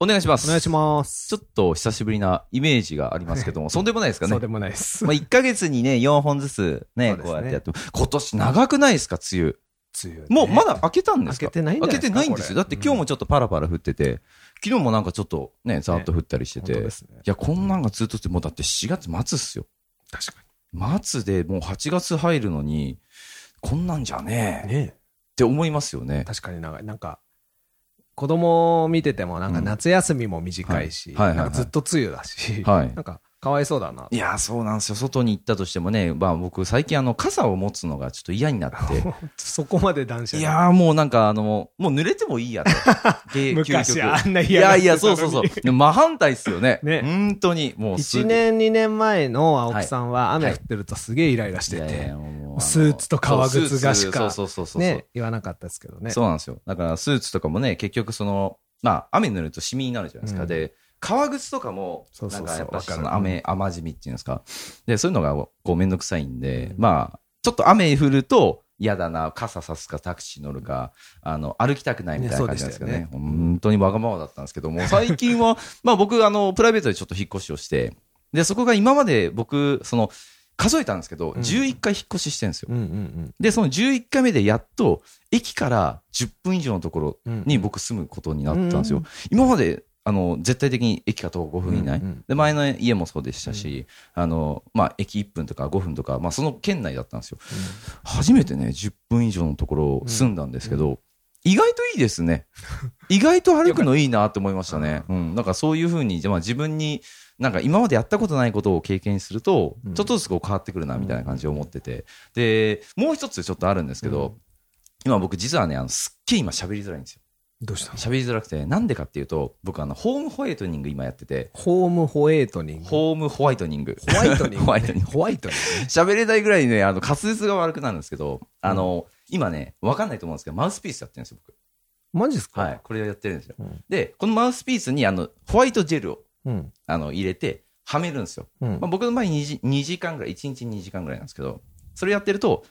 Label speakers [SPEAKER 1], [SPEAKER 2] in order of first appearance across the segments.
[SPEAKER 1] お願いします。
[SPEAKER 2] お願いします。
[SPEAKER 1] ちょっと久しぶりなイメージがありますけ ども、そんでもないですかね。
[SPEAKER 2] そうでもないです。
[SPEAKER 1] まあ、
[SPEAKER 2] 梅
[SPEAKER 1] 1ヶ月にね、4本ずつね、
[SPEAKER 2] そうです
[SPEAKER 1] こ
[SPEAKER 2] ね
[SPEAKER 1] うやってやっても、今年長くないですか、梅雨。
[SPEAKER 2] 雨ね
[SPEAKER 1] もうまだ開けたんですか
[SPEAKER 2] 開けてないんじゃないです
[SPEAKER 1] 開
[SPEAKER 2] か
[SPEAKER 1] けてないんですよ。だ
[SPEAKER 2] こ
[SPEAKER 1] っ
[SPEAKER 2] れ
[SPEAKER 1] て今日もちょっとパラパラ降ってて、昨日もなんかちょっとね、ざーっと降ったりしてて、
[SPEAKER 2] 本当で
[SPEAKER 1] い
[SPEAKER 2] すね。
[SPEAKER 1] や、こんなんがずっとって、もうだって4月末っすよ。
[SPEAKER 2] 確か
[SPEAKER 1] 末でもう8月入るのに、こんなんじゃねえっ
[SPEAKER 2] ね
[SPEAKER 1] て思いますよね。
[SPEAKER 2] 確かに長い。なんか、子供を見てても、なんか夏休みも短いし、
[SPEAKER 1] うんはいはいはい
[SPEAKER 2] な
[SPEAKER 1] はい
[SPEAKER 2] んかずっと梅雨だし、
[SPEAKER 1] はい
[SPEAKER 2] なんかかわいそうだな。
[SPEAKER 1] いやーそうなんですよ外に行ったとしてもね、まあ、僕最近あの傘を持つのがちょっと嫌になって
[SPEAKER 2] そこまで断捨
[SPEAKER 1] い
[SPEAKER 2] 離。
[SPEAKER 1] やーもうなんかあの、もう濡れてもいい やと。げ
[SPEAKER 2] 昔
[SPEAKER 1] 究
[SPEAKER 2] あ
[SPEAKER 1] 極
[SPEAKER 2] んない嫌
[SPEAKER 1] や
[SPEAKER 2] がって
[SPEAKER 1] いや、そうそうそう。でも真反対っすよね。
[SPEAKER 2] ね
[SPEAKER 1] 本当に。もうす
[SPEAKER 2] 1
[SPEAKER 1] ぐ
[SPEAKER 2] 年、2年前の青木さんは、
[SPEAKER 1] い
[SPEAKER 2] 雨降ってるとすげえイライラして
[SPEAKER 1] いやい
[SPEAKER 2] て
[SPEAKER 1] や、もうあの
[SPEAKER 2] スーツと革靴がし
[SPEAKER 1] そうスーツそう
[SPEAKER 2] か
[SPEAKER 1] そうそうそう。
[SPEAKER 2] ね、言わなかったですけどね。
[SPEAKER 1] そうなんですよ。だからスーツとかもね、結局その、まあ雨に濡れるとシミになるじゃないですか。
[SPEAKER 2] うん
[SPEAKER 1] で、革靴とかも、
[SPEAKER 2] そうそうそう
[SPEAKER 1] なんかやっぱし
[SPEAKER 2] わか
[SPEAKER 1] そ
[SPEAKER 2] る
[SPEAKER 1] の雨、雨染みっていうんですか。で、そういうのがこうめんどくさいんで、まあ、ちょっと雨降ると嫌だな、傘さすかタクシー乗るか、あの、歩きたくないみたいな感じなんですかね。
[SPEAKER 2] ねそうで
[SPEAKER 1] 本当にわがままだったんですけども、 最近は、まあ僕、あの、プライベートでちょっと引っ越しをして、で、そこが今まで僕、その、数えたんですけど、
[SPEAKER 2] うん
[SPEAKER 1] 11回引っ越ししてるんですよ。
[SPEAKER 2] うんうん
[SPEAKER 1] で、その11回目でやっと、駅から10分以上のところ
[SPEAKER 2] うん。
[SPEAKER 1] に僕住むことになったんですよ。
[SPEAKER 2] うん
[SPEAKER 1] 今まで、あの、絶対的に駅が徒歩5分以内。
[SPEAKER 2] うんうん
[SPEAKER 1] で、前の家もそうでしたし、あの、まあ、駅1分とか5分とか、まあ、その県内だったんですよ。初めてね、10分以上のところ住んだんですけど、意外といいですね。意外と歩くのいいなって思いましたね。うん。なんかそういうふうに、まあ、自分に、なんか今までやったことないことを経験すると
[SPEAKER 2] う、ん
[SPEAKER 1] ちょっとずつこう変わってくるなみたいな感じを思ってて。で、もう一つちょっとあるんですけど、
[SPEAKER 2] うん
[SPEAKER 1] 今僕実はね、あの、すっげえ今喋りづらいんですよ。
[SPEAKER 2] どうしたの
[SPEAKER 1] 喋りづらくて、なんでかっていうと、僕あの、ホームホエイトニング今やってて、
[SPEAKER 2] ホームホエイトニング。ホ
[SPEAKER 1] ホームホワイトニング。
[SPEAKER 2] ワイトニング。
[SPEAKER 1] ホワイトニング
[SPEAKER 2] ホワイトニング。
[SPEAKER 1] 喋れないぐらいね、あの、滑舌が悪くなるんですけど、あの、今ね、わかんないと思うんですけど、マウスピースやってるんですよ、僕。
[SPEAKER 2] マジですか
[SPEAKER 1] はい。。これをやってるんですよ。
[SPEAKER 2] うん
[SPEAKER 1] で、このマウスピースに、あの、ホワイトジェルを、
[SPEAKER 2] うん。
[SPEAKER 1] あの、入れて、はめるんですよ。
[SPEAKER 2] うん
[SPEAKER 1] まあ、僕の場合2時、2時間ぐらい、1日2時間ぐらいなんですけど、それやってると、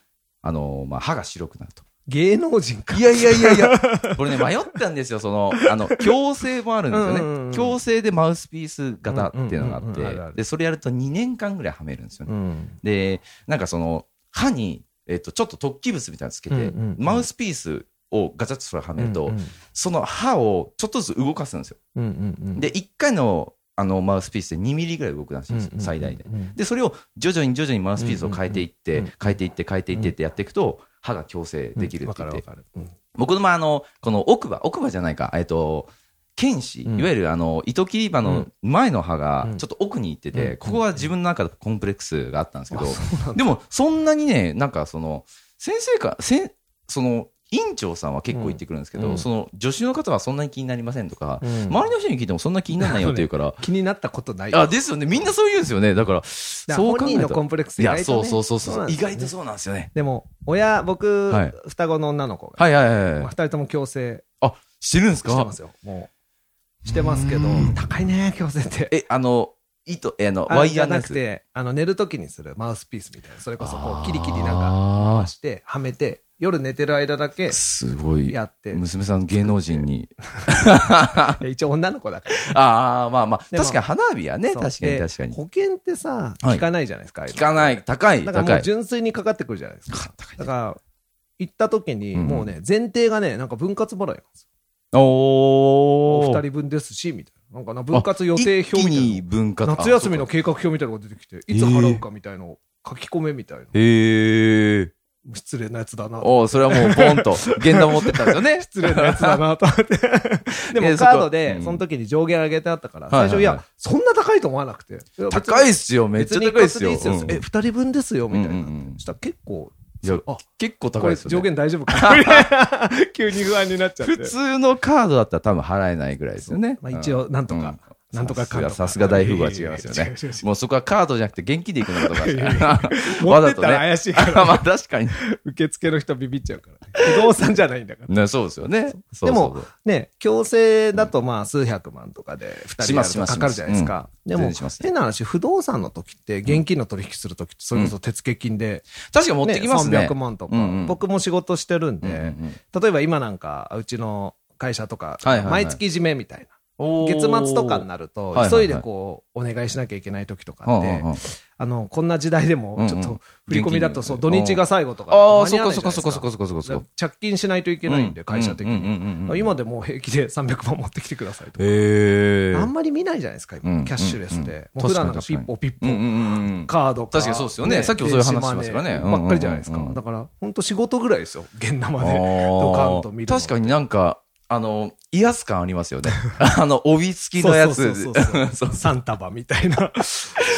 [SPEAKER 1] あのーまあ、歯が白くなると。
[SPEAKER 2] 芸能人か。
[SPEAKER 1] いやいやいやいや、 これね、迷ったんですよ、その、あの、矯正もあるんですよね。
[SPEAKER 2] うんうんうん
[SPEAKER 1] 矯正でマウスピース型っていうのがあ
[SPEAKER 2] うん
[SPEAKER 1] っ
[SPEAKER 2] うんうんうんあるあ
[SPEAKER 1] て、
[SPEAKER 2] る
[SPEAKER 1] で、それやると2年間ぐらいはめるんですよね。
[SPEAKER 2] うん。
[SPEAKER 1] で、なんかその、歯に、えっと、ちょっと突起物みたいなのつけて、
[SPEAKER 2] うんうんうん
[SPEAKER 1] マウスピースをガチャッとそれはめると、
[SPEAKER 2] うん
[SPEAKER 1] その歯をちょっとずつ動かすんですよ。
[SPEAKER 2] うんうんうん、
[SPEAKER 1] で、1回のあのマウスピースで2ミリぐらい動くらしい
[SPEAKER 2] うんん
[SPEAKER 1] で
[SPEAKER 2] うん
[SPEAKER 1] す
[SPEAKER 2] う
[SPEAKER 1] よ、最
[SPEAKER 2] ん、
[SPEAKER 1] 大で。
[SPEAKER 2] うん
[SPEAKER 1] で、それを徐々に徐々にマウスピースを変えていって、
[SPEAKER 2] うんうんうん
[SPEAKER 1] 変えていって、変えていってってやっていくと、歯が矯正できるっ
[SPEAKER 2] わ
[SPEAKER 1] て
[SPEAKER 2] か
[SPEAKER 1] 言っ
[SPEAKER 2] る
[SPEAKER 1] て
[SPEAKER 2] わ、かる。うん
[SPEAKER 1] 僕のまああのこの奥歯奥歯じゃないかえっと剣歯、
[SPEAKER 2] うん
[SPEAKER 1] いわゆるあの糸切り歯
[SPEAKER 2] う
[SPEAKER 1] の
[SPEAKER 2] ん
[SPEAKER 1] 前の歯が
[SPEAKER 2] うん
[SPEAKER 1] ちょっと奥に行ってて、
[SPEAKER 2] うん
[SPEAKER 1] ここは自分の中でコンプレックスがあったんですけど、
[SPEAKER 2] あそうなんだ
[SPEAKER 1] でもそんなにねなんかその先生かせんその院長さんは結構言ってくるんですけど、
[SPEAKER 2] うん
[SPEAKER 1] その助手の方はそんなに気になりませんとか、
[SPEAKER 2] うん
[SPEAKER 1] 周りの人に聞いてもそんな気にならないよって言うから、
[SPEAKER 2] 気になったことない。
[SPEAKER 1] あですよねみんなそう言うんですよねだから
[SPEAKER 2] だから
[SPEAKER 1] そう考
[SPEAKER 2] 本
[SPEAKER 1] え
[SPEAKER 2] 人
[SPEAKER 1] た
[SPEAKER 2] のコンプレックス
[SPEAKER 1] い
[SPEAKER 2] 意外
[SPEAKER 1] や
[SPEAKER 2] と、ね、
[SPEAKER 1] そうそうそうそう
[SPEAKER 2] なんで
[SPEAKER 1] 意
[SPEAKER 2] すよね
[SPEAKER 1] 外とそうなんですよね
[SPEAKER 2] でも、親、僕、
[SPEAKER 1] はい
[SPEAKER 2] 双子の女の子が、
[SPEAKER 1] はいはいはいはい、
[SPEAKER 2] まあ、二人とも矯正
[SPEAKER 1] あしてるんです
[SPEAKER 2] して
[SPEAKER 1] か
[SPEAKER 2] ますよ。もう、してますけど、高いね、矯正って。
[SPEAKER 1] えあの糸えあの
[SPEAKER 2] あ
[SPEAKER 1] ワイヤー
[SPEAKER 2] じ
[SPEAKER 1] の
[SPEAKER 2] ゃ
[SPEAKER 1] や
[SPEAKER 2] な
[SPEAKER 1] つ
[SPEAKER 2] くて、あの、寝るときにするマウスピースみたいな。それこそ、こ
[SPEAKER 1] あー
[SPEAKER 2] う、キリキリなんかして、はめて、夜寝てる間だけ
[SPEAKER 1] すごい
[SPEAKER 2] やって。
[SPEAKER 1] 娘さん芸能人 に
[SPEAKER 2] いや一応女の子だから。
[SPEAKER 1] ああまあまあ
[SPEAKER 2] でも
[SPEAKER 1] 確かに花火はね
[SPEAKER 2] そ う
[SPEAKER 1] 確かに
[SPEAKER 2] で
[SPEAKER 1] 確かに
[SPEAKER 2] 保険ってさ、
[SPEAKER 1] はい
[SPEAKER 2] 聞かないじゃないですか。ああいう
[SPEAKER 1] 聞
[SPEAKER 2] の
[SPEAKER 1] かない高い
[SPEAKER 2] だからも
[SPEAKER 1] 高
[SPEAKER 2] う
[SPEAKER 1] い
[SPEAKER 2] 純粋にかかってくるじゃないですか。だから、行った時に、
[SPEAKER 1] うん
[SPEAKER 2] もうね、前提がね、なんか分割払いなんですよ。
[SPEAKER 1] お
[SPEAKER 2] お
[SPEAKER 1] お
[SPEAKER 2] 二人分ですし、みたいな。なんかな、分割予定表みた
[SPEAKER 1] 一気
[SPEAKER 2] い
[SPEAKER 1] に分
[SPEAKER 2] な。
[SPEAKER 1] 割
[SPEAKER 2] 夏休みの
[SPEAKER 1] あそうか
[SPEAKER 2] 計画表みたいなのが出てきて、いつ払うかみたいのを書き込めみたいな。
[SPEAKER 1] へえ
[SPEAKER 2] 失礼なやつだな。
[SPEAKER 1] おーそれはもうボン と現段持ってったんですよね
[SPEAKER 2] 失礼なやつ だなと思って。で
[SPEAKER 1] い
[SPEAKER 2] も
[SPEAKER 1] やそこ
[SPEAKER 2] カード
[SPEAKER 1] う
[SPEAKER 2] で、
[SPEAKER 1] ん
[SPEAKER 2] その時に上限上げてあったから、
[SPEAKER 1] はいはい
[SPEAKER 2] 最
[SPEAKER 1] はい
[SPEAKER 2] 初、いや、そんな高いと思わなくて。
[SPEAKER 1] 高い
[SPEAKER 2] っ
[SPEAKER 1] っすよめっちゃ高いっすようん
[SPEAKER 2] え、二人分ですよ、みたい
[SPEAKER 1] うんうんう
[SPEAKER 2] な。
[SPEAKER 1] ん
[SPEAKER 2] したら結構、
[SPEAKER 1] いや
[SPEAKER 2] あ
[SPEAKER 1] 結構
[SPEAKER 2] こ
[SPEAKER 1] 高い
[SPEAKER 2] れ
[SPEAKER 1] っすよ
[SPEAKER 2] 上
[SPEAKER 1] ね
[SPEAKER 2] 限大丈夫 か急に不安になっちゃって。
[SPEAKER 1] 普通のカードだったら多分払えないぐらいですよね
[SPEAKER 2] まあ一応なんとか
[SPEAKER 1] うん
[SPEAKER 2] なんとかかんとか
[SPEAKER 1] さすが大富豪は違いますよ
[SPEAKER 2] いやいや
[SPEAKER 1] ね
[SPEAKER 2] 違う違う違。う
[SPEAKER 1] もうそこはカードじゃなくて現金で行くのか
[SPEAKER 2] いやい
[SPEAKER 1] とか。
[SPEAKER 2] 持ってったら怪しいから
[SPEAKER 1] あ まあ確かに。
[SPEAKER 2] 受付の人ビビっちゃうから、ね、不動産じゃないんだから。
[SPEAKER 1] ね、そうですよね。そう
[SPEAKER 2] で
[SPEAKER 1] そう
[SPEAKER 2] も
[SPEAKER 1] そう、
[SPEAKER 2] ね、強制だとまあ数百万とかで2
[SPEAKER 1] し
[SPEAKER 2] 人や
[SPEAKER 1] ます
[SPEAKER 2] ると
[SPEAKER 1] します
[SPEAKER 2] かかるじゃないですか。
[SPEAKER 1] うん
[SPEAKER 2] で
[SPEAKER 1] 全
[SPEAKER 2] も
[SPEAKER 1] 然します、ね
[SPEAKER 2] 変な話、不動産の時って、現金の取引する時って、それこそ手付金で、
[SPEAKER 1] 確かに持ってきますね。
[SPEAKER 2] 300万とか、
[SPEAKER 1] うんうん
[SPEAKER 2] 僕も仕事してるんで、
[SPEAKER 1] うんうん
[SPEAKER 2] 例えば今なんか、うちの会社とか、
[SPEAKER 1] はいはいはい
[SPEAKER 2] 毎月締めみたいな。
[SPEAKER 1] おー
[SPEAKER 2] 月末とかになる
[SPEAKER 1] は
[SPEAKER 2] と、
[SPEAKER 1] いはいはい
[SPEAKER 2] 急いでこう、お願いしなきゃいけない時とか
[SPEAKER 1] はあ
[SPEAKER 2] っ
[SPEAKER 1] は
[SPEAKER 2] て、
[SPEAKER 1] あはあ
[SPEAKER 2] あの、こんな時代で
[SPEAKER 1] うんう
[SPEAKER 2] も、
[SPEAKER 1] ん
[SPEAKER 2] ちょっと、振り込みだと、そう、
[SPEAKER 1] 現金
[SPEAKER 2] 土
[SPEAKER 1] で
[SPEAKER 2] 日が最後とかだ
[SPEAKER 1] ああ、
[SPEAKER 2] と間
[SPEAKER 1] そ
[SPEAKER 2] に
[SPEAKER 1] っ
[SPEAKER 2] 合わ
[SPEAKER 1] か
[SPEAKER 2] ないじ
[SPEAKER 1] そっ
[SPEAKER 2] ゃな
[SPEAKER 1] か
[SPEAKER 2] い
[SPEAKER 1] そっかそっかそっか
[SPEAKER 2] です
[SPEAKER 1] そっかそっ
[SPEAKER 2] だか
[SPEAKER 1] から
[SPEAKER 2] 着金しないといけないん
[SPEAKER 1] う
[SPEAKER 2] で、
[SPEAKER 1] ん
[SPEAKER 2] 会社的
[SPEAKER 1] うんうんうんうんうん
[SPEAKER 2] に。今でもう平気で300万持ってきてくださいとか。
[SPEAKER 1] へえ。
[SPEAKER 2] あんまり見ないじゃないですか、
[SPEAKER 1] う
[SPEAKER 2] 今
[SPEAKER 1] ん
[SPEAKER 2] キャッシュレスで。
[SPEAKER 1] うん
[SPEAKER 2] もう普段なんか
[SPEAKER 1] 確
[SPEAKER 2] ピ
[SPEAKER 1] かに
[SPEAKER 2] ッポピッ
[SPEAKER 1] うんうんう
[SPEAKER 2] ポ、
[SPEAKER 1] んうん
[SPEAKER 2] カード
[SPEAKER 1] 確かにそうですよねさっきもそういう話しますからね
[SPEAKER 2] 電子マネーばっかりじゃないで
[SPEAKER 1] う
[SPEAKER 2] す
[SPEAKER 1] んうん
[SPEAKER 2] か
[SPEAKER 1] うんう。ん
[SPEAKER 2] だから、本当仕事ぐらいですよ、現生
[SPEAKER 1] あ
[SPEAKER 2] で。
[SPEAKER 1] ー
[SPEAKER 2] ドカンと見るの
[SPEAKER 1] 確かになんか、あの、威圧感あります よね。あの、帯付きのやつ。
[SPEAKER 2] そうそうそう
[SPEAKER 1] そう
[SPEAKER 2] 3束みた いな。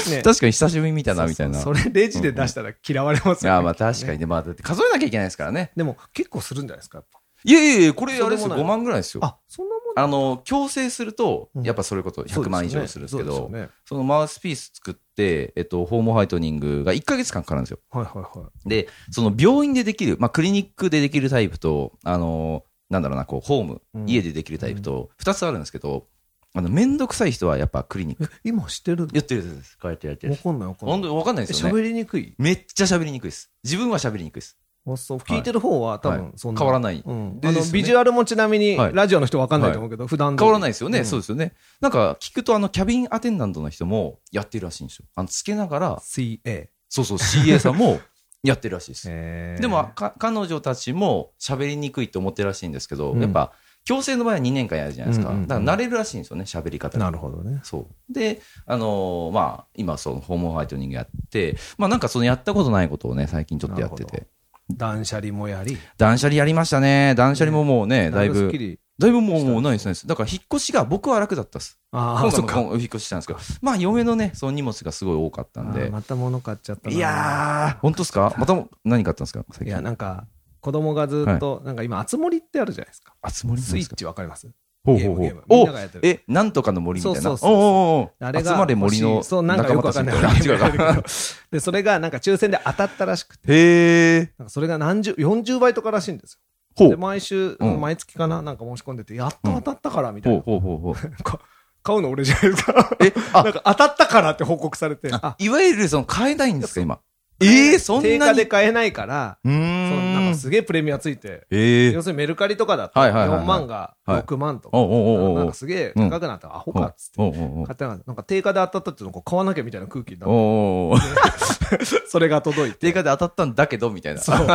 [SPEAKER 2] ね
[SPEAKER 1] 確かに久しぶり見たな、みたいな。
[SPEAKER 2] そうそうそれレジで出したら嫌われますよね。
[SPEAKER 1] あーまあ確か
[SPEAKER 2] に。
[SPEAKER 1] にね。まあ、だって数えなきゃいけないですからね。
[SPEAKER 2] でも、結構するんじゃないですか、やっぱ
[SPEAKER 1] いやいやいや、これあれです
[SPEAKER 2] そうで
[SPEAKER 1] よ、
[SPEAKER 2] もない
[SPEAKER 1] 5万ぐらいですよ。
[SPEAKER 2] あ、そんなもん
[SPEAKER 1] あの、強制すると
[SPEAKER 2] う、ん
[SPEAKER 1] やっぱそれこそ100万以上するんですけど
[SPEAKER 2] そう、ですよね
[SPEAKER 1] そのマウスピース作って、えっと、ホームハイトニングが1ヶ月間かかるんですよ。
[SPEAKER 2] はいはいはい。
[SPEAKER 1] で、その病院でできる、まあ、クリニックでできるタイプと、あのなんだろうな、こう、ホーム、
[SPEAKER 2] うん
[SPEAKER 1] 家でできるタイプと、2つあるんですけど、あの、めんどくさい人はやっぱクリニック。
[SPEAKER 2] え、今してるの
[SPEAKER 1] やってるやつです。こうやってやって
[SPEAKER 2] わかんないわかんない。
[SPEAKER 1] 本当にわかんないですよね。
[SPEAKER 2] 喋りにくい
[SPEAKER 1] めっちゃ喋りにくいです。自分は喋りにくいです。
[SPEAKER 2] あそう聞いてる方は多分そんな、
[SPEAKER 1] 変わらない。
[SPEAKER 2] うん、
[SPEAKER 1] で
[SPEAKER 2] あ
[SPEAKER 1] で
[SPEAKER 2] の
[SPEAKER 1] すよね
[SPEAKER 2] ビジュアルもちなみに
[SPEAKER 1] はい
[SPEAKER 2] ラジオの人わかんないと思うけど、普段通り
[SPEAKER 1] 変わらないですよね。
[SPEAKER 2] うん
[SPEAKER 1] そうですよね。なんか、聞くと、あの、キャビンアテンダントの人もやってるらしいんですよ。あの、つけながら、
[SPEAKER 2] CA、
[SPEAKER 1] そうそう、CA さん もやってるらしいです。
[SPEAKER 2] え
[SPEAKER 1] でも、か彼女たちも喋りにくいと思ってるらしいんですけど、
[SPEAKER 2] うん
[SPEAKER 1] やっぱ、強制の場合は2年間やるじゃないですか。
[SPEAKER 2] うんうんうん
[SPEAKER 1] だから、慣れるらしいんですよね、喋り方に
[SPEAKER 2] なるほどね
[SPEAKER 1] そうで、あのーまあ、今、その、ホームハイトニングやって、まあ、なんか、その、やったことないことをね、最近ちょっとやって
[SPEAKER 2] なるほ
[SPEAKER 1] て
[SPEAKER 2] ど。断捨離もやり
[SPEAKER 1] 断捨離やりましたね。断捨離ももうね、だい
[SPEAKER 2] すっ
[SPEAKER 1] ぶ
[SPEAKER 2] き。り
[SPEAKER 1] だいぶもう、もうないですないです。だから引っ越しが僕は楽だったっす。
[SPEAKER 2] あ
[SPEAKER 1] 今
[SPEAKER 2] あ
[SPEAKER 1] 回
[SPEAKER 2] そっ
[SPEAKER 1] も
[SPEAKER 2] か
[SPEAKER 1] 今お引っ越ししたんですけど、まあ嫁のね、その荷物がすごい多かったん
[SPEAKER 2] あ
[SPEAKER 1] で
[SPEAKER 2] ー。また物買っちゃったない
[SPEAKER 1] やー、本当ですかまたも何買ったんですか最
[SPEAKER 2] い
[SPEAKER 1] 近。
[SPEAKER 2] やなんか子供がずっと、なんか今あつ森ってあるじゃないですか
[SPEAKER 1] あつ森なん
[SPEAKER 2] ス
[SPEAKER 1] で
[SPEAKER 2] イ
[SPEAKER 1] す
[SPEAKER 2] ッ
[SPEAKER 1] か
[SPEAKER 2] チわかります
[SPEAKER 1] ほうほうほ
[SPEAKER 2] ゲ
[SPEAKER 1] う。
[SPEAKER 2] ームゲームみん
[SPEAKER 1] お
[SPEAKER 2] ながやってる
[SPEAKER 1] え、なんとかの森みたいな。
[SPEAKER 2] そ
[SPEAKER 1] お
[SPEAKER 2] う
[SPEAKER 1] う
[SPEAKER 2] そうそうそ
[SPEAKER 1] お
[SPEAKER 2] う
[SPEAKER 1] うおう
[SPEAKER 2] あれが
[SPEAKER 1] 集まれ森の
[SPEAKER 2] 欲しいそうなんかよくわかんない
[SPEAKER 1] 仲間たちみたいな違う か
[SPEAKER 2] でそれがなんか抽選で当たったらしくて
[SPEAKER 1] へえ。
[SPEAKER 2] なんかそれが何十40倍とからしいんですよ
[SPEAKER 1] ほ
[SPEAKER 2] で
[SPEAKER 1] う。
[SPEAKER 2] 毎週、
[SPEAKER 1] うん
[SPEAKER 2] 毎月かななんか申し込んでてやっと当たったからみたい
[SPEAKER 1] ほ
[SPEAKER 2] な、
[SPEAKER 1] うほうほうほう。
[SPEAKER 2] か買うの俺じゃないですか。
[SPEAKER 1] え、
[SPEAKER 2] なん
[SPEAKER 1] あ、
[SPEAKER 2] か当たったからって報告されて、あ、
[SPEAKER 1] いわゆるその買えないんですか今。えー、そん
[SPEAKER 2] 定
[SPEAKER 1] な
[SPEAKER 2] 価
[SPEAKER 1] に
[SPEAKER 2] で。買えないから、
[SPEAKER 1] う
[SPEAKER 2] そのなん
[SPEAKER 1] ー
[SPEAKER 2] か
[SPEAKER 1] ん。
[SPEAKER 2] すげえプレミアついて、
[SPEAKER 1] え
[SPEAKER 2] 要
[SPEAKER 1] ー。
[SPEAKER 2] するにメルカリとかだと
[SPEAKER 1] はいはいはいはい
[SPEAKER 2] 4万が6万とか、
[SPEAKER 1] おうおうおう
[SPEAKER 2] な
[SPEAKER 1] お
[SPEAKER 2] ん
[SPEAKER 1] う
[SPEAKER 2] か。すげえ高くなったらアホかっつって。
[SPEAKER 1] おうおうおう
[SPEAKER 2] 買ってなかったなんか定価で当たったっていうのを買わなきゃみたいな空気になっ
[SPEAKER 1] おー
[SPEAKER 2] て、それが届いて、
[SPEAKER 1] 定価で当たったんだけどみたいな。
[SPEAKER 2] そう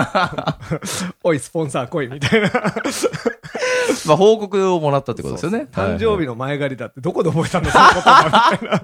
[SPEAKER 2] おい、スポンサー来いみたいな。
[SPEAKER 1] まあ報告をもらったってことですよ ね。
[SPEAKER 2] 誕生
[SPEAKER 1] 日。
[SPEAKER 2] 日の前借りだって、どこで覚えたんだ、その言葉みた いな。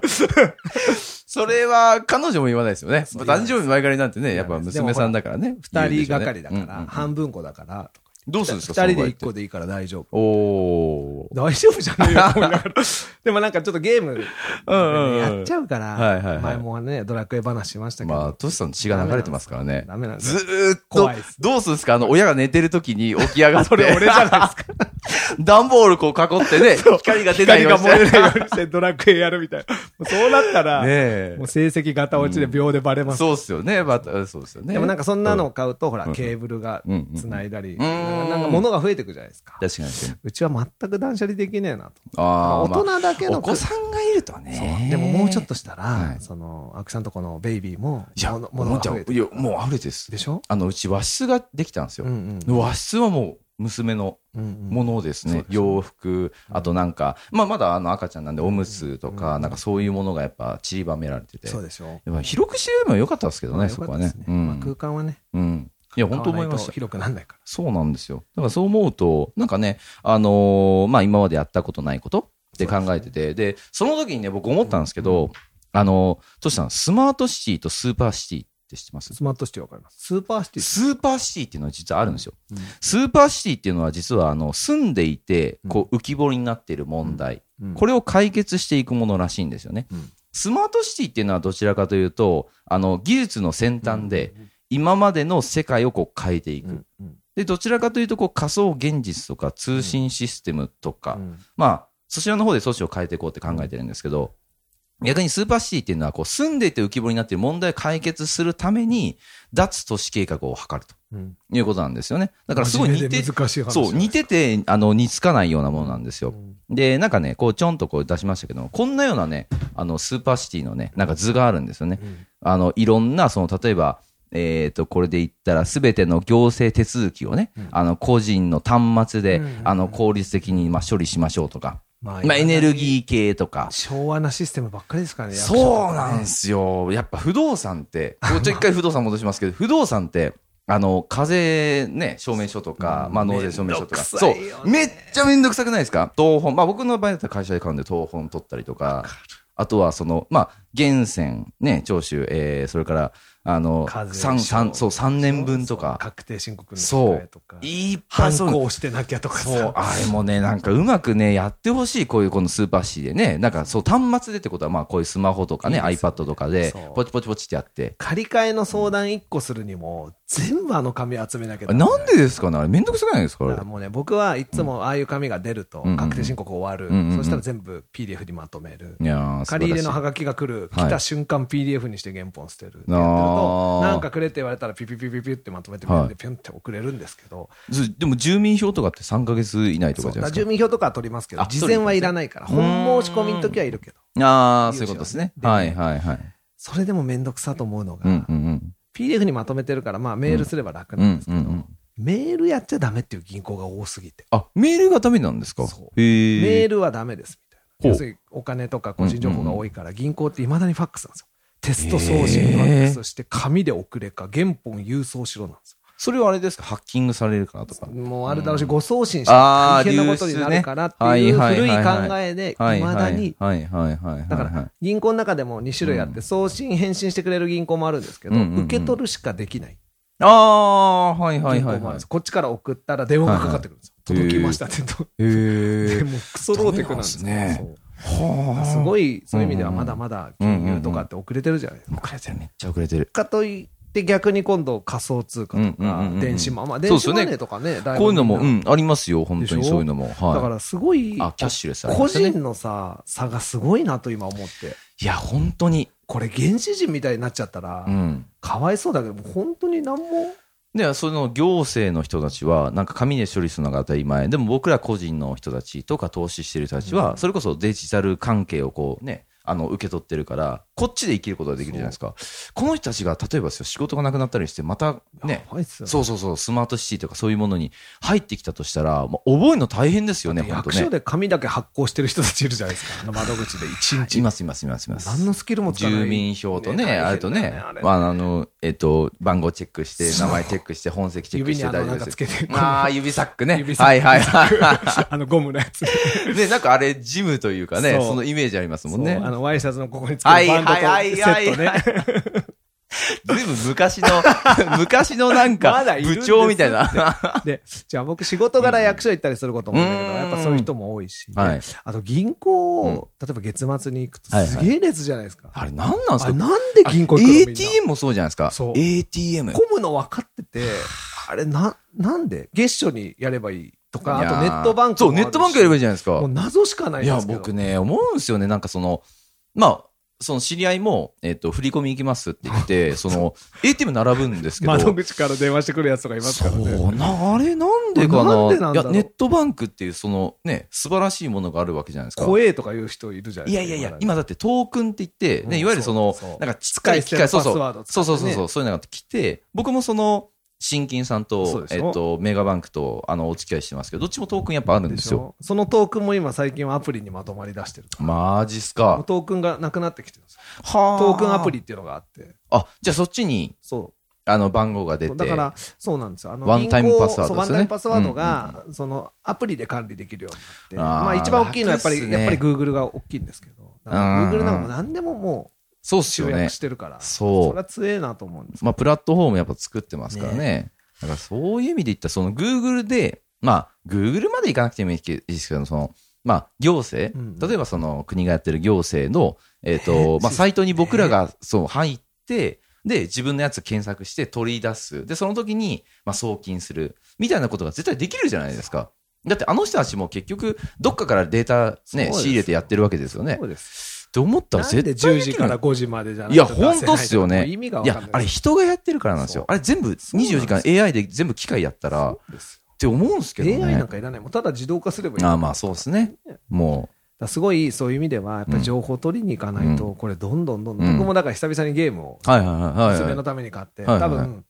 [SPEAKER 1] それは彼女も言わないですよね。まあ誕生日前借りなんてね、
[SPEAKER 2] 言
[SPEAKER 1] や
[SPEAKER 2] わ
[SPEAKER 1] っ
[SPEAKER 2] ない
[SPEAKER 1] ぱ
[SPEAKER 2] です
[SPEAKER 1] 娘さんだからね。
[SPEAKER 2] 2
[SPEAKER 1] 二
[SPEAKER 2] 人がかりだから、半分個だから、とか
[SPEAKER 1] どうするんですか
[SPEAKER 2] 2人で1個
[SPEAKER 1] で。
[SPEAKER 2] でいいから大丈夫。
[SPEAKER 1] おおー。
[SPEAKER 2] 大丈夫じゃないよと思いながら でもなんかちょっとゲーム、
[SPEAKER 1] うんうん
[SPEAKER 2] やっちゃうから、
[SPEAKER 1] はいはいはい
[SPEAKER 2] 前もね、ドラクエ話しましたけど、
[SPEAKER 1] まあ、トシさんの血が流れてますからね。
[SPEAKER 2] ダメなんです
[SPEAKER 1] ず
[SPEAKER 2] よ
[SPEAKER 1] ーっと
[SPEAKER 2] 怖いです、
[SPEAKER 1] どうするんですかあの、親が寝てる時に起き上がって。
[SPEAKER 2] それ俺じゃない
[SPEAKER 1] ですか。 段ボールこう囲ってね、光が出ない
[SPEAKER 2] 光
[SPEAKER 1] よう
[SPEAKER 2] が
[SPEAKER 1] に
[SPEAKER 2] 漏れ
[SPEAKER 1] して。
[SPEAKER 2] ないようにしてドラクエやるみたい な。もうそうなったら、
[SPEAKER 1] ね
[SPEAKER 2] もう成績ガタ落ちで秒でバレ
[SPEAKER 1] え。
[SPEAKER 2] ます。
[SPEAKER 1] そうっすよね。また、そうっすよね。
[SPEAKER 2] でもなんかそんなのを
[SPEAKER 1] う。
[SPEAKER 2] 買うと、ほら、
[SPEAKER 1] うん
[SPEAKER 2] ケーブルが
[SPEAKER 1] うん
[SPEAKER 2] 繋いだり、
[SPEAKER 1] ん
[SPEAKER 2] なんかなんか物が増えてくじゃないですか。
[SPEAKER 1] 確かに確かに。
[SPEAKER 2] うちは全く断捨離できねえなと。
[SPEAKER 1] あ
[SPEAKER 2] 大
[SPEAKER 1] あ。まあ
[SPEAKER 2] 人だけの
[SPEAKER 1] お子さんがいるとね。
[SPEAKER 2] でももうちょっと
[SPEAKER 1] い
[SPEAKER 2] したら、
[SPEAKER 1] はい
[SPEAKER 2] その、アクさんとこのベイビーも、
[SPEAKER 1] や、
[SPEAKER 2] 物
[SPEAKER 1] も
[SPEAKER 2] 物
[SPEAKER 1] う
[SPEAKER 2] が
[SPEAKER 1] ちゃ
[SPEAKER 2] 増え
[SPEAKER 1] ん
[SPEAKER 2] て
[SPEAKER 1] いや、もうあれです。
[SPEAKER 2] でしょ
[SPEAKER 1] あの、うち和室ができたんですよ
[SPEAKER 2] う。んうん。
[SPEAKER 1] 和室はもう娘の
[SPEAKER 2] うんうん
[SPEAKER 1] ものです
[SPEAKER 2] そう
[SPEAKER 1] ね
[SPEAKER 2] で。すね
[SPEAKER 1] 洋服、あとなんか、まあまだあの赤ちゃんなんでおむつとか、なんかそういうものがやっぱ散りばめられてて。
[SPEAKER 2] そうでしょ
[SPEAKER 1] やっぱ広くしてやればよかったですけど
[SPEAKER 2] まあ
[SPEAKER 1] ね、そこはね
[SPEAKER 2] よかったで。
[SPEAKER 1] う
[SPEAKER 2] すまあ空
[SPEAKER 1] ん。
[SPEAKER 2] 間はね、
[SPEAKER 1] うん。いや、本当思いました
[SPEAKER 2] 買わないと。広くなんないか
[SPEAKER 1] そうなんですよ。だからそう思うと、なんかね、あのーまあ今までやったことないことって考えてて、でその時にね、僕思ったんですけど、あのー、トシさん、スマートシティとスーパーシティって知ってます
[SPEAKER 2] ら。スマートシティわかります。スーパーシティ。
[SPEAKER 1] スーパーシティっていうのは実はあるんですよ。
[SPEAKER 2] うん
[SPEAKER 1] スーパーシティっていうのは実はあの住んでいてこう浮き彫りになっている問題、
[SPEAKER 2] うん
[SPEAKER 1] これを解決していくものらしいんですよね。
[SPEAKER 2] うん
[SPEAKER 1] スマートシティっていうのはどちらかというとあの技術の先端で今までの世界をこう変えていく。
[SPEAKER 2] うんうん
[SPEAKER 1] でどちらかというとこう仮想現実とか通信システムとか、
[SPEAKER 2] うん
[SPEAKER 1] まあそちらの方で措置を変えていこうって考えてるんですけど、逆にスーパーシティっていうのは、こう、住んでいて浮き彫りになっている問題を解決するために、脱都市計画を図ると
[SPEAKER 2] うん
[SPEAKER 1] いうことなんですよね。だからすごい
[SPEAKER 2] 真面
[SPEAKER 1] 似
[SPEAKER 2] 目
[SPEAKER 1] て
[SPEAKER 2] で、難しい話
[SPEAKER 1] そう、似てて、あの、似つかないようなものなんですよ。で、なんかね、こう、ちょんとこう出しましたけども、こんなようなね、あの、スーパーシティのね、なんか図があるんですよね。あの、いろんな、その、例えば、えっ、と、これで言ったら、すべての行政手続きをね、あの、個人の端末で、
[SPEAKER 2] うんうんうん
[SPEAKER 1] あの、効率的に、まあ、処理しましょうとか、
[SPEAKER 2] ま
[SPEAKER 1] まあ、エネル
[SPEAKER 2] ー
[SPEAKER 1] ギー系とか。
[SPEAKER 2] 昭和なシステムばっかりですからね
[SPEAKER 1] そうなんですすよ。やっぱ不動産 って、こうちょっと一回不動産戻しますけど、不動産って、あの、課税ね、証明書とか、まあ納税証明書とか。
[SPEAKER 2] めんどくさ
[SPEAKER 1] そ
[SPEAKER 2] いよね
[SPEAKER 1] う。めっちゃめんどくさくないですか東本。まあ僕の場合だったら会社で買うんで東本取ったりとか、あとはその、まあ、源泉、ね、徴収、えー、それから、あの、
[SPEAKER 2] 課税
[SPEAKER 1] 三三そう、3年分とか。
[SPEAKER 2] 確定申告の
[SPEAKER 1] そ
[SPEAKER 2] 控え
[SPEAKER 1] う
[SPEAKER 2] とか。
[SPEAKER 1] いっぱい
[SPEAKER 2] 反
[SPEAKER 1] そういうの
[SPEAKER 2] 抗してなきゃとか
[SPEAKER 1] そう
[SPEAKER 2] さ、
[SPEAKER 1] あれもね、なんかうまくね、やってほしい、こういうこのスーパーシーでね、なんかそう、端末でってことは、まあ、こういうスマホとかね、
[SPEAKER 2] いいです
[SPEAKER 1] iPad とかで
[SPEAKER 2] そう、
[SPEAKER 1] ポチポチポチってやって。
[SPEAKER 2] 借り換えの相談1個するにも全部あの紙集めなきゃ
[SPEAKER 1] あ
[SPEAKER 2] ダメ
[SPEAKER 1] なんでですかねあれ、めんどくさくないですかあ
[SPEAKER 2] だ
[SPEAKER 1] れ
[SPEAKER 2] からもうね僕はいつもああいう紙が出ると
[SPEAKER 1] うん
[SPEAKER 2] 確定申告終わる、
[SPEAKER 1] うんうんうん
[SPEAKER 2] そしたら全部 PDF にまとめる、
[SPEAKER 1] いやー、
[SPEAKER 2] 借り入れの
[SPEAKER 1] 素晴
[SPEAKER 2] ハ
[SPEAKER 1] らし
[SPEAKER 2] ガキが来
[SPEAKER 1] は
[SPEAKER 2] る、
[SPEAKER 1] い
[SPEAKER 2] 来た瞬間 PDF にして原本捨てるってやってる
[SPEAKER 1] あ
[SPEAKER 2] と
[SPEAKER 1] ー
[SPEAKER 2] なんかくれって言われたらピピピピピってまとめてピ
[SPEAKER 1] は
[SPEAKER 2] ュ
[SPEAKER 1] い
[SPEAKER 2] ンでピュンって送れるんですけど、
[SPEAKER 1] いずでも、住民票とかって3ヶ月以内とか
[SPEAKER 2] そう
[SPEAKER 1] じ
[SPEAKER 2] だ
[SPEAKER 1] ゃないで
[SPEAKER 2] から住
[SPEAKER 1] すか。
[SPEAKER 2] 民票とかは取りますけど
[SPEAKER 1] あ
[SPEAKER 2] 事前はいらないから
[SPEAKER 1] うですね
[SPEAKER 2] 本申し込みの時はいるけど
[SPEAKER 1] ああ、そういうことですね。はいはいはい。
[SPEAKER 2] それでも面倒くさと思うの
[SPEAKER 1] う
[SPEAKER 2] が、
[SPEAKER 1] んうんうん。
[SPEAKER 2] PDF にまとめてるから、まあ、メールすれば楽
[SPEAKER 1] う
[SPEAKER 2] なんで
[SPEAKER 1] ん
[SPEAKER 2] すけ
[SPEAKER 1] う
[SPEAKER 2] ど、
[SPEAKER 1] んうん。
[SPEAKER 2] メールやっちゃダメっていう銀行が多すぎて、
[SPEAKER 1] あ、メールがダメなんですかへ
[SPEAKER 2] そう
[SPEAKER 1] ー
[SPEAKER 2] メールはダメです
[SPEAKER 1] ほ
[SPEAKER 2] みたいな
[SPEAKER 1] う
[SPEAKER 2] 要するにお金とか個人情報が多いから銀行っていまだにファックスなんですよテスト送信ファックスして紙で送れか原本郵送しろなんです
[SPEAKER 1] それはあれですかハッキングされるかなとか
[SPEAKER 2] よ。もうあれだろうし誤送信して
[SPEAKER 1] あ
[SPEAKER 2] 大
[SPEAKER 1] ー
[SPEAKER 2] 変なことになるからって
[SPEAKER 1] 流
[SPEAKER 2] い
[SPEAKER 1] 出
[SPEAKER 2] う
[SPEAKER 1] ねはい
[SPEAKER 2] 古い
[SPEAKER 1] はいはい
[SPEAKER 2] 考えでい
[SPEAKER 1] はい
[SPEAKER 2] ま
[SPEAKER 1] は
[SPEAKER 2] だ
[SPEAKER 1] い
[SPEAKER 2] に
[SPEAKER 1] はいはいはいはい。
[SPEAKER 2] だから銀行の中でも2種類あっ
[SPEAKER 1] う
[SPEAKER 2] て送信返信してくれる銀行もあるんですけど
[SPEAKER 1] うんうんうん
[SPEAKER 2] 受け取るしかできない
[SPEAKER 1] ああ、はい
[SPEAKER 2] 銀行
[SPEAKER 1] はい
[SPEAKER 2] もあ
[SPEAKER 1] は
[SPEAKER 2] る
[SPEAKER 1] い、
[SPEAKER 2] ん
[SPEAKER 1] はい
[SPEAKER 2] で。すこっちから送ったら電話がかかってくるんですよ
[SPEAKER 1] はいはい
[SPEAKER 2] 届きましたってと
[SPEAKER 1] へ
[SPEAKER 2] で
[SPEAKER 1] え。
[SPEAKER 2] もうクソローテクなんですよ
[SPEAKER 1] ダメなんですね
[SPEAKER 2] そう
[SPEAKER 1] は
[SPEAKER 2] す
[SPEAKER 1] い。
[SPEAKER 2] ごい、そういう意味では
[SPEAKER 1] うんうんうん
[SPEAKER 2] まだまだ金融とかって遅れてるじゃないですか。
[SPEAKER 1] 遅れてる、めっちゃ遅れてる。
[SPEAKER 2] かといって逆に今度仮想通貨と
[SPEAKER 1] うんうんうん
[SPEAKER 2] か
[SPEAKER 1] うん、
[SPEAKER 2] 電子マま
[SPEAKER 1] そ
[SPEAKER 2] あ
[SPEAKER 1] う
[SPEAKER 2] 電
[SPEAKER 1] です
[SPEAKER 2] 子
[SPEAKER 1] よね
[SPEAKER 2] マネーとかね、だぶ
[SPEAKER 1] こういうのも、う
[SPEAKER 2] みん
[SPEAKER 1] ん、ありますよ、本当に
[SPEAKER 2] でしょ
[SPEAKER 1] そういうのも。
[SPEAKER 2] な
[SPEAKER 1] はい。
[SPEAKER 2] だからすごい、
[SPEAKER 1] あ、キャッシュレスあり
[SPEAKER 2] 個
[SPEAKER 1] ましたね。
[SPEAKER 2] 人のさ、差がすごいなと今思って。
[SPEAKER 1] いや、本当に。
[SPEAKER 2] これ原始人みたいになっちゃったら
[SPEAKER 1] う、ん。
[SPEAKER 2] かわいそうだけど、もう本当になんも、
[SPEAKER 1] で、その行政の人たちは、なんか紙で処理するのが当たり前。でも僕ら個人の人たちとか投資してる人たちは、それこそデジタル関係をこうね、あの、受け取ってるから、こっちで生きることができるじゃないですか。この人たちが、例えばですよ、仕事がなくなったりして、またね、
[SPEAKER 2] やばいっすよね
[SPEAKER 1] そうそうそう、スマートシティとかそういうものに入ってきたとしたら、もう覚えるの大変ですよね、本当ね
[SPEAKER 2] 役所。で紙だけ発行してる人たちいるじゃないですか。あの窓口で一日。
[SPEAKER 1] いますいますいますいます。
[SPEAKER 2] 何のスキルもつかない
[SPEAKER 1] 住民票とね、
[SPEAKER 2] ね
[SPEAKER 1] あれと
[SPEAKER 2] 大変
[SPEAKER 1] ね
[SPEAKER 2] だよねあ、れ
[SPEAKER 1] まあ、あの、えっと、番号チェックして、
[SPEAKER 2] そう
[SPEAKER 1] 名前チェックして、本籍チェック
[SPEAKER 2] 指
[SPEAKER 1] し
[SPEAKER 2] に
[SPEAKER 1] て
[SPEAKER 2] あ
[SPEAKER 1] 大丈
[SPEAKER 2] のな
[SPEAKER 1] 夫で
[SPEAKER 2] ん
[SPEAKER 1] す
[SPEAKER 2] かつ。けて、
[SPEAKER 1] ああ、指サックね。
[SPEAKER 2] 指サック
[SPEAKER 1] はいはいは
[SPEAKER 2] あのゴムのやつ。
[SPEAKER 1] い。ね、なんかあれ、ジムというかね、
[SPEAKER 2] そう
[SPEAKER 1] そのイメージありますもん ね
[SPEAKER 2] そう。あのワイシャツのここにつけ
[SPEAKER 1] は
[SPEAKER 2] る
[SPEAKER 1] い
[SPEAKER 2] バンドと
[SPEAKER 1] はい
[SPEAKER 2] セ
[SPEAKER 1] はい
[SPEAKER 2] ットね。
[SPEAKER 1] ずいぶん昔の、 昔のなんか
[SPEAKER 2] まだ、いるんで
[SPEAKER 1] 部
[SPEAKER 2] す
[SPEAKER 1] 長みたいな。
[SPEAKER 2] で、じゃあ僕仕事柄役所行ったりすることも多いんだけど、
[SPEAKER 1] うん
[SPEAKER 2] やっぱそういう人も多いし、
[SPEAKER 1] はい
[SPEAKER 2] あと銀行を、例えば月末に行くと
[SPEAKER 1] はいはい
[SPEAKER 2] すげえ列じゃないですか。
[SPEAKER 1] あれ、なんなんです
[SPEAKER 2] あ
[SPEAKER 1] か
[SPEAKER 2] れなんで銀行行くのみんな
[SPEAKER 1] ?ATM もそうじゃないですか
[SPEAKER 2] そう。
[SPEAKER 1] ATM。
[SPEAKER 2] 混むの分かってて、 あれな、なんで月初にやればいいとか、あとネットバンク
[SPEAKER 1] そう、ネットバンクやればいい
[SPEAKER 2] い
[SPEAKER 1] じゃないですか。
[SPEAKER 2] もう謎しかない
[SPEAKER 1] い
[SPEAKER 2] で
[SPEAKER 1] や、
[SPEAKER 2] すけど。
[SPEAKER 1] 僕ね、思うんですよね。なんかその、まあ、その知り合いも、えっ、と、振り込み行きますって言 って、その、ATM 並ぶんですけど。
[SPEAKER 2] 窓口から電話してくるやつとかいます
[SPEAKER 1] そ
[SPEAKER 2] からね。
[SPEAKER 1] うな、あれなんでかな
[SPEAKER 2] なんでなんだろう
[SPEAKER 1] いや、ネットバンクっていう、そのね、素晴らしいものがあるわけじゃないですか。
[SPEAKER 2] 怖えとか言う人いるじゃない
[SPEAKER 1] い
[SPEAKER 2] で
[SPEAKER 1] や
[SPEAKER 2] すか。
[SPEAKER 1] いやいや、
[SPEAKER 2] 今だ
[SPEAKER 1] 今だってトークンって言って、
[SPEAKER 2] う
[SPEAKER 1] ね、
[SPEAKER 2] ん
[SPEAKER 1] いわゆるその
[SPEAKER 2] そうそう、
[SPEAKER 1] なんかちっちゃい機械、そ
[SPEAKER 2] 使
[SPEAKER 1] う
[SPEAKER 2] い
[SPEAKER 1] そ
[SPEAKER 2] 捨てのパスワード
[SPEAKER 1] う、
[SPEAKER 2] を使
[SPEAKER 1] そ
[SPEAKER 2] っ
[SPEAKER 1] う
[SPEAKER 2] てね
[SPEAKER 1] そうそうそう、そういうのが来て、僕もその、新金さん
[SPEAKER 2] そう
[SPEAKER 1] と
[SPEAKER 2] で、し
[SPEAKER 1] え
[SPEAKER 2] ょ
[SPEAKER 1] っと、メガバンクと、あの、お付き合いしてますけど、どっちもトークンやっぱあるん
[SPEAKER 2] で
[SPEAKER 1] で
[SPEAKER 2] し
[SPEAKER 1] すよ。
[SPEAKER 2] ょ。そのトークンも今最近はアプリにまとまり出してる。
[SPEAKER 1] マジっすか。
[SPEAKER 2] トークンがなくなってきてるんですよ
[SPEAKER 1] は
[SPEAKER 2] トークンアプリ。っていうのがあって。
[SPEAKER 1] あ、じゃあそっちに、
[SPEAKER 2] そう。
[SPEAKER 1] あの、番号が出て。
[SPEAKER 2] だから、そうなんですよ。あの
[SPEAKER 1] ワンタイム
[SPEAKER 2] 銀行
[SPEAKER 1] パスワード
[SPEAKER 2] そう
[SPEAKER 1] で
[SPEAKER 2] ワ
[SPEAKER 1] す
[SPEAKER 2] ン
[SPEAKER 1] よね
[SPEAKER 2] タイムパスワードが、その、アプリで管理できるようになって。
[SPEAKER 1] あー
[SPEAKER 2] まあ、一番大きいのはやっぱ
[SPEAKER 1] 楽っ
[SPEAKER 2] り、
[SPEAKER 1] すね
[SPEAKER 2] やっぱり Google が大きいんですけど。だから Google なんかもう何でもも
[SPEAKER 1] そうっ
[SPEAKER 2] う
[SPEAKER 1] す
[SPEAKER 2] 集
[SPEAKER 1] よね
[SPEAKER 2] 約し。てるから。
[SPEAKER 1] そう
[SPEAKER 2] それは強えなと思うんです。
[SPEAKER 1] まあ、プラットフォームやっぱ作ってますからね。だからそういう意味で言ったら、その Google で、まあ、Google までいかなくてもいいですけど、その、まあ、行政、
[SPEAKER 2] うん
[SPEAKER 1] 例えばその国がやってる行政の、えっ、と、 まあ、サイトに僕らがそう入って、で、自分のやつ検索して取り出す。で、その時に、まあ、送金する。みたいなことが絶対できるじゃないですか。だってあの人たちも結局、どっかからデータ、
[SPEAKER 2] う
[SPEAKER 1] ね、
[SPEAKER 2] です
[SPEAKER 1] 仕入れてやってるわけですよね。っ
[SPEAKER 2] そうです。
[SPEAKER 1] て思ったら
[SPEAKER 2] なんで
[SPEAKER 1] 絶対
[SPEAKER 2] 10
[SPEAKER 1] できる
[SPEAKER 2] 時から5時までじゃないい
[SPEAKER 1] や、
[SPEAKER 2] と出せない
[SPEAKER 1] 本当っすよね。
[SPEAKER 2] 意味が
[SPEAKER 1] い
[SPEAKER 2] わかんな
[SPEAKER 1] や、
[SPEAKER 2] い
[SPEAKER 1] あれ人がやってるからなんですよ
[SPEAKER 2] そ。う
[SPEAKER 1] あれ全部24時間 AI で全部機械やったら、って思うんですけど
[SPEAKER 2] AI なん
[SPEAKER 1] ね。
[SPEAKER 2] かいらないもんただ自動化すればいい
[SPEAKER 1] ああまあそうですね。も
[SPEAKER 2] だからすごいそういう意味ではやっぱり情報取りに行かないと、
[SPEAKER 1] う
[SPEAKER 2] これどんどんどんど
[SPEAKER 1] うん
[SPEAKER 2] ん僕もだから久々にゲームを
[SPEAKER 1] う。はいはいはいは
[SPEAKER 2] 娘
[SPEAKER 1] い
[SPEAKER 2] の。ために買って、
[SPEAKER 1] はいはい
[SPEAKER 2] 多
[SPEAKER 1] はい
[SPEAKER 2] 分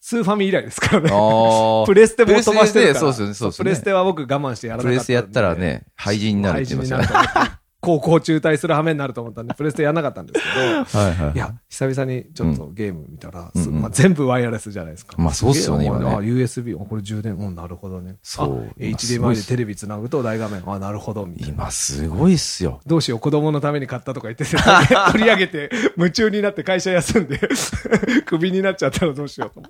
[SPEAKER 2] スーファミ以来ですからね
[SPEAKER 1] ああ
[SPEAKER 2] プレステも飛ばして
[SPEAKER 1] プレステね
[SPEAKER 2] るから
[SPEAKER 1] そうですよねそうですよね
[SPEAKER 2] プレステは僕我慢してやらな
[SPEAKER 1] プ
[SPEAKER 2] かったんで
[SPEAKER 1] レステやったらね、廃人になるって言いましたね。
[SPEAKER 2] 廃止になると思って高校中退する羽目になると思った んでプレステやらなかったんですけど
[SPEAKER 1] はいはい
[SPEAKER 2] いや久々にちょっとゲーム見たら、
[SPEAKER 1] うん
[SPEAKER 2] す
[SPEAKER 1] うん
[SPEAKER 2] まあ、全部ワイヤレスじゃないですか、
[SPEAKER 1] まあそうっすよね
[SPEAKER 2] ゲームは
[SPEAKER 1] 今
[SPEAKER 2] あ
[SPEAKER 1] ね
[SPEAKER 2] USB あこれ充電うんなるほどね
[SPEAKER 1] そう
[SPEAKER 2] あ HDMI でテレビつなぐと大画面あなるほどみたいな
[SPEAKER 1] 今すごいっすよ。
[SPEAKER 2] どうしよう、子供のために買ったとか言って、 取り上げて、夢中になって会社休んで、 クビになっちゃったらどうしよう。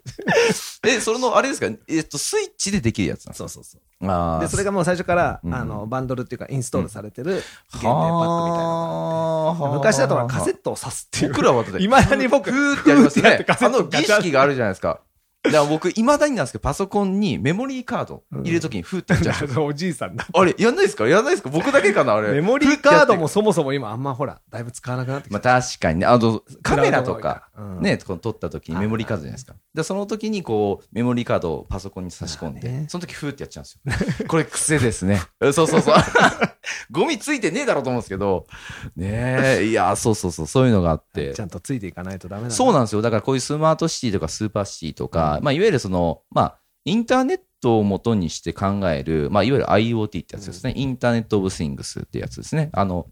[SPEAKER 1] え、それの、あれですか、えっと、スイッチでできるやつなんです
[SPEAKER 2] そうそうそう。
[SPEAKER 1] かああ。
[SPEAKER 2] で、それがもう最初から、
[SPEAKER 1] うん
[SPEAKER 2] あの、バンドルっていうか、インストールされてる、限定パックみたいなの
[SPEAKER 1] は
[SPEAKER 2] があ
[SPEAKER 1] あ
[SPEAKER 2] って。昔だとほらカセットを挿すっていう。
[SPEAKER 1] 僕らはだって
[SPEAKER 2] いまだに僕、
[SPEAKER 1] ふーってやりますよ
[SPEAKER 2] ふー
[SPEAKER 1] ね
[SPEAKER 2] って。カセ
[SPEAKER 1] あ
[SPEAKER 2] ット
[SPEAKER 1] の
[SPEAKER 2] ガチ
[SPEAKER 1] 儀
[SPEAKER 2] ャ
[SPEAKER 1] 式があるじゃないですか。だから僕、いまだになんですけど、パソコンにメモリーカード入れるときにフーってやっちゃう。
[SPEAKER 2] あのおじいさ んな。
[SPEAKER 1] あれ、やんないですかやらないですか僕だけかなあれ。
[SPEAKER 2] メモリーカード
[SPEAKER 1] フ
[SPEAKER 2] も
[SPEAKER 1] ってやって。
[SPEAKER 2] そもそも今、あんまほら、だいぶ使わなくなってき
[SPEAKER 1] まあ
[SPEAKER 2] た。
[SPEAKER 1] 確かにね、あの、カメラとか
[SPEAKER 2] クラウドが多いからう、ん
[SPEAKER 1] ね、この撮ったときにメモリーカードじゃないですか。で、そのときにこう、メモリーカードをパソコンに差し込ん
[SPEAKER 2] まあ
[SPEAKER 1] で
[SPEAKER 2] ね、
[SPEAKER 1] そのときフーってやっちゃうんですよ。これ癖です ね。そうそうそう。ゴミついてねえだろうと思うんですけど、ねえ、いや、そうそうそう、そういうのがあって
[SPEAKER 2] ち。ゃんとついていかないとダメなんだ
[SPEAKER 1] そうなんですよ。だからこういうスマートシティとかスーパーシティとか、まあ、いわゆるその、まあ、インターネットを元にして考える、まあ、いわゆる IoT ってやつですね。インターネット・オブ・シングスってやつですね。あの、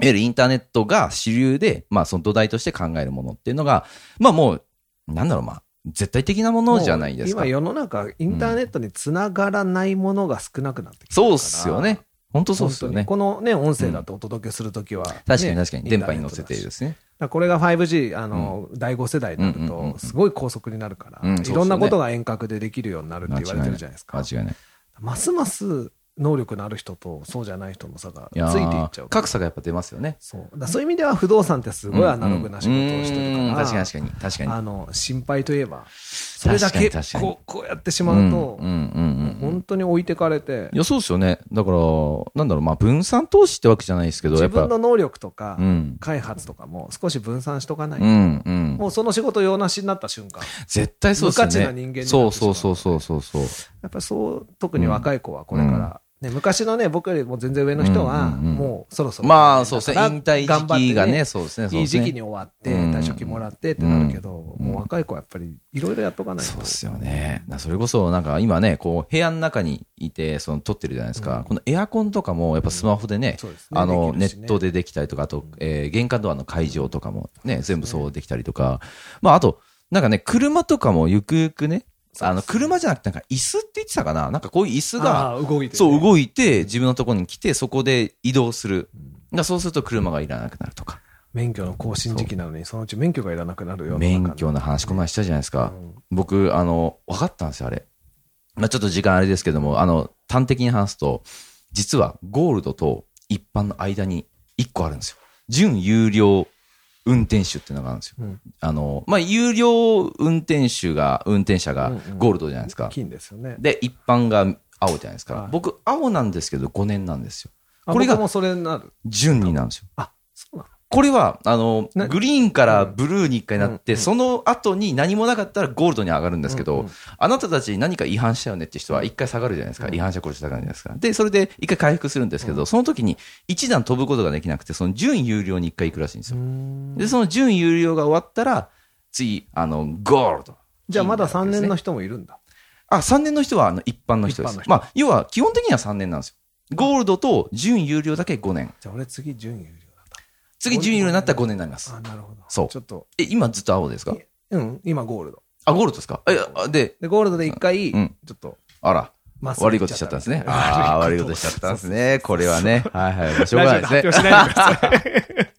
[SPEAKER 1] いわゆるインターネットが主流で、まあ、その土台として考えるものっていうのが、まあ、もう、なんだろう、まあ、絶対的なものじゃないです
[SPEAKER 2] も
[SPEAKER 1] か
[SPEAKER 2] う今。世の中、インターネットにつながらないものが少なくなってきてるから
[SPEAKER 1] そうっすよね。。本当そうっすよね。
[SPEAKER 2] 本当にこのね、音声だとお届けするときは、
[SPEAKER 1] 確かに
[SPEAKER 2] ね
[SPEAKER 1] 確かに。電波に乗せている。
[SPEAKER 2] インターネットだし
[SPEAKER 1] ですね。
[SPEAKER 2] だからこれが 5G、あの、第5世代になる
[SPEAKER 1] うんうんうんうん
[SPEAKER 2] と、すごい高速になるから、
[SPEAKER 1] うん
[SPEAKER 2] いろんなことが遠隔でできるようになるって言われてるじゃないですか。
[SPEAKER 1] 間違いない。
[SPEAKER 2] ますます能力のある人とそうじゃない人の差がつ
[SPEAKER 1] やー
[SPEAKER 2] いていっちゃうから。
[SPEAKER 1] 格差がやっぱ出ますよね。
[SPEAKER 2] そうだからそういう意味では不動産ってすごいアナログな仕事をしてる
[SPEAKER 1] うんうん
[SPEAKER 2] か、
[SPEAKER 1] 確からに確かに。確かに。
[SPEAKER 2] あの心配といえば、それだけ
[SPEAKER 1] 確かに確かに
[SPEAKER 2] こうこうやってしま
[SPEAKER 1] うんう
[SPEAKER 2] うと、
[SPEAKER 1] んうんうん
[SPEAKER 2] 本当に置いてかれて
[SPEAKER 1] い、やそうですよねだからなんだろうまあ分散投資ってわけじゃないですけどや
[SPEAKER 2] 自
[SPEAKER 1] っぱ
[SPEAKER 2] 分の能力とか
[SPEAKER 1] うん
[SPEAKER 2] 開発とかも少し分散しとかないと
[SPEAKER 1] うんうん
[SPEAKER 2] もうその仕事用なしになった瞬間、
[SPEAKER 1] 絶対そうですよね
[SPEAKER 2] 無価値な人間になってしま
[SPEAKER 1] そう
[SPEAKER 2] う
[SPEAKER 1] そうそうそうそうそう
[SPEAKER 2] やっぱそう、特に若い子はこれから、ね、昔のね、僕よりも全然上の人は、
[SPEAKER 1] うんうんうん
[SPEAKER 2] もうそろそろ、
[SPEAKER 1] まあそうですね
[SPEAKER 2] だ
[SPEAKER 1] 引
[SPEAKER 2] から
[SPEAKER 1] 退時期が
[SPEAKER 2] 頑張って
[SPEAKER 1] ねそうですねそう
[SPEAKER 2] い
[SPEAKER 1] で
[SPEAKER 2] い
[SPEAKER 1] すね
[SPEAKER 2] 時期に終わって、
[SPEAKER 1] うん
[SPEAKER 2] 退職金もらってってなるけど、もう若い子はやっぱりいろいろやっとかないと
[SPEAKER 1] そうっすよねだからそれこそなんか今ねこう部屋の中にいてその撮ってるじゃないですか、このエアコンとかもやっぱスマホでね,、
[SPEAKER 2] そうですね
[SPEAKER 1] あのネ
[SPEAKER 2] できるしね
[SPEAKER 1] ットでできたりとかあと、えー玄関ドアの解錠とかもね、全部そうできたりとか、まああとなんかね車とかもゆくゆくねあの車じゃなくてなんか椅子って言ってたかななんかこういう椅子が
[SPEAKER 2] ああ動いて、ね、
[SPEAKER 1] そう、
[SPEAKER 2] い
[SPEAKER 1] 動いて、自分のところに来て、そこで移動する。だからそうすると車がいらなくなるとか。
[SPEAKER 2] 免許の更新時期なのに、そのうち免許がいらなくなるような
[SPEAKER 1] 免許の話、この前したじゃないですか。僕、あの、分かったんですよ、あれ。まあちょっと時間あれですけども、あの、端的に話すと、実はゴールドと一般の間に1個あるんですよ。準有料運転手っていうのがあるんですよ。
[SPEAKER 2] うん
[SPEAKER 1] あの、まあ、有料運転手が、運転者が
[SPEAKER 2] うんうん
[SPEAKER 1] ゴールドじゃないですか。
[SPEAKER 2] 金ですよね。
[SPEAKER 1] で、一般が青じゃないですか。
[SPEAKER 2] はい
[SPEAKER 1] 僕、青なんですけど5年なんですよ。こ
[SPEAKER 2] こ
[SPEAKER 1] れ
[SPEAKER 2] れ
[SPEAKER 1] が
[SPEAKER 2] がもそれになる。
[SPEAKER 1] 順になるんですよ。
[SPEAKER 2] あ、そうなの
[SPEAKER 1] これは、あの、
[SPEAKER 2] な
[SPEAKER 1] グリーンからブルーに一回なって、
[SPEAKER 2] うんうん
[SPEAKER 1] その後に何もなかったらゴールドに上がるんですけど、
[SPEAKER 2] うんうん
[SPEAKER 1] あなたたちに何か違反したよねって人は一回下がるじゃないですか。違反者殺し下がるじゃないですか。で、それで一回回復するんですけど、その時に一段飛ぶことができなくて、その準有料に一回行くらしいんですよ。で、その準有料が終わったら、次、あの、ゴールド。
[SPEAKER 2] じゃあまだ3年の
[SPEAKER 1] 人
[SPEAKER 2] 人もいるんだ。
[SPEAKER 1] あ、3年の人はあの一般の人で
[SPEAKER 2] 一般
[SPEAKER 1] す
[SPEAKER 2] の。人
[SPEAKER 1] まあ、要は基本的には3年なんですよ。ゴールドと準有料だけ5年。
[SPEAKER 2] じゃあ俺次準優
[SPEAKER 1] 次、準有料になったら5年になります
[SPEAKER 2] 勝。。あ、なるほど。
[SPEAKER 1] そう
[SPEAKER 2] ちょっと、
[SPEAKER 1] え、今ずっと青ですか
[SPEAKER 2] いうん、今ゴールド。
[SPEAKER 1] あ、ゴールドですかえ、あで、
[SPEAKER 2] で、ゴールドで一回、
[SPEAKER 1] う
[SPEAKER 2] ち
[SPEAKER 1] ん
[SPEAKER 2] ょっと、
[SPEAKER 1] あら。
[SPEAKER 2] まっすぐ
[SPEAKER 1] 悪いこ
[SPEAKER 2] 行っ
[SPEAKER 1] と
[SPEAKER 2] ち
[SPEAKER 1] し
[SPEAKER 2] ゃ
[SPEAKER 1] ちゃ
[SPEAKER 2] た
[SPEAKER 1] ったんですね。ああー、悪いことしちゃったんですね。これはね。はいはい。まあしょうがないですね。
[SPEAKER 2] ラジオで発表しないでください。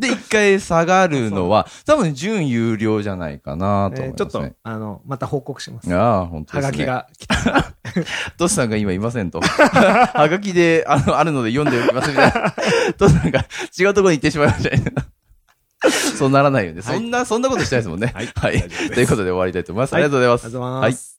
[SPEAKER 1] で、一回下がるのは、多分準有料じゃないかなと思いま
[SPEAKER 2] えー
[SPEAKER 1] す、ね。
[SPEAKER 2] ちょっと、あの、また報告します。
[SPEAKER 1] ああ、本当
[SPEAKER 2] は
[SPEAKER 1] ですね。
[SPEAKER 2] がき。が来た。
[SPEAKER 1] トシさんが今いません と。はがきで、あの、あるので読んでおきますみたい な。トシさんが違うところに行ってしまいましたね。 そうならないよね。そんな、そんなことしたいですもんね。はい。ということで終わりたいと思います。ありがとうございます。
[SPEAKER 2] ありがとうございます。